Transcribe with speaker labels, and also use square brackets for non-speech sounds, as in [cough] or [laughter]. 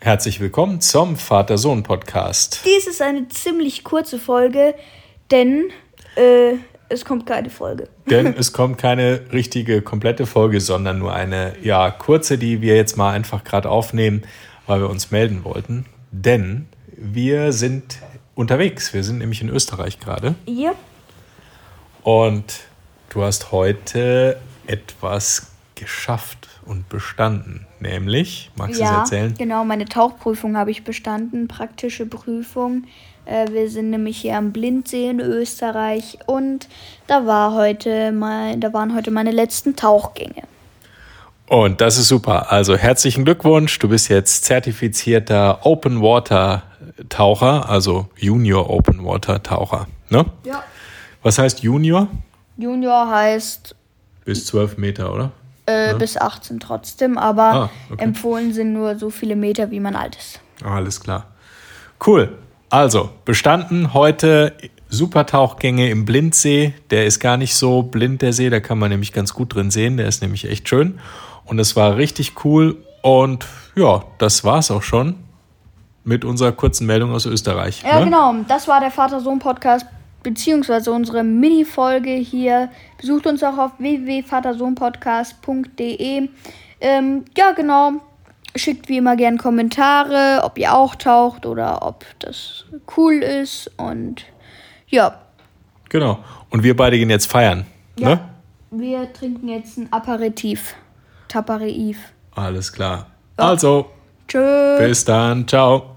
Speaker 1: Herzlich willkommen zum
Speaker 2: [laughs]
Speaker 1: Vater-Sohn-Podcast.
Speaker 2: Dies ist eine ziemlich kurze Folge, denn äh, es kommt keine Folge.
Speaker 1: Denn es kommt keine richtige, komplette Folge, sondern nur eine, ja, kurze, die wir jetzt mal einfach gerade aufnehmen, weil wir uns melden wollten. Denn wir sind unterwegs. Wir sind nämlich in Österreich gerade.
Speaker 2: Ihr?
Speaker 1: Und du hast heute etwas geschafft und bestanden. Nämlich, magst du es erzählen?
Speaker 2: genau, meine Tauchprüfung habe ich bestanden, praktische Prüfung. Äh, wir sind nämlich hier am Blindsee in Österreich und da, war heute mein, da waren heute meine letzten Tauchgänge.
Speaker 1: Und das ist super. Also herzlichen Glückwunsch. Du bist jetzt zertifizierter Open Water Taucher, also Junior Open Water Taucher. Ne?
Speaker 2: Ja.
Speaker 1: Was heißt Junior?
Speaker 2: Junior heißt
Speaker 1: Bis 12 Meter, oder?
Speaker 2: äh, bis 18 trotzdem, aber
Speaker 1: Ah, okay.
Speaker 2: empfohlen sind nur so viele Meter, wie man alt ist.
Speaker 1: Alles klar. Cool. Also, bestanden heute super Tauchgänge im Blindsee. Der ist gar nicht so blind, der See. Da kann man nämlich ganz gut drin sehen. Der ist nämlich echt schön. Und es war richtig cool. Und ja, das war's auch schon mit unserer kurzen Meldung aus Österreich.
Speaker 2: Ja,
Speaker 1: ne?
Speaker 2: genau. Das war der Vater-Sohn-Podcast, beziehungsweise unsere Mini-Folge hier. Besucht uns auch auf www.vatersohnpodcast.de. Ähm, ja, genau. Schickt wie immer gern Kommentare, ob ihr auch taucht oder ob das cool ist. Und ja,
Speaker 1: Genau. Und wir beide gehen jetzt feiern.
Speaker 2: Ja.
Speaker 1: Ne?
Speaker 2: wir trinken jetzt ein Aperitif. Taperitif.
Speaker 1: Alles klar.
Speaker 2: Ja.
Speaker 1: Also,
Speaker 2: Tschüss.
Speaker 1: bis dann. Ciao.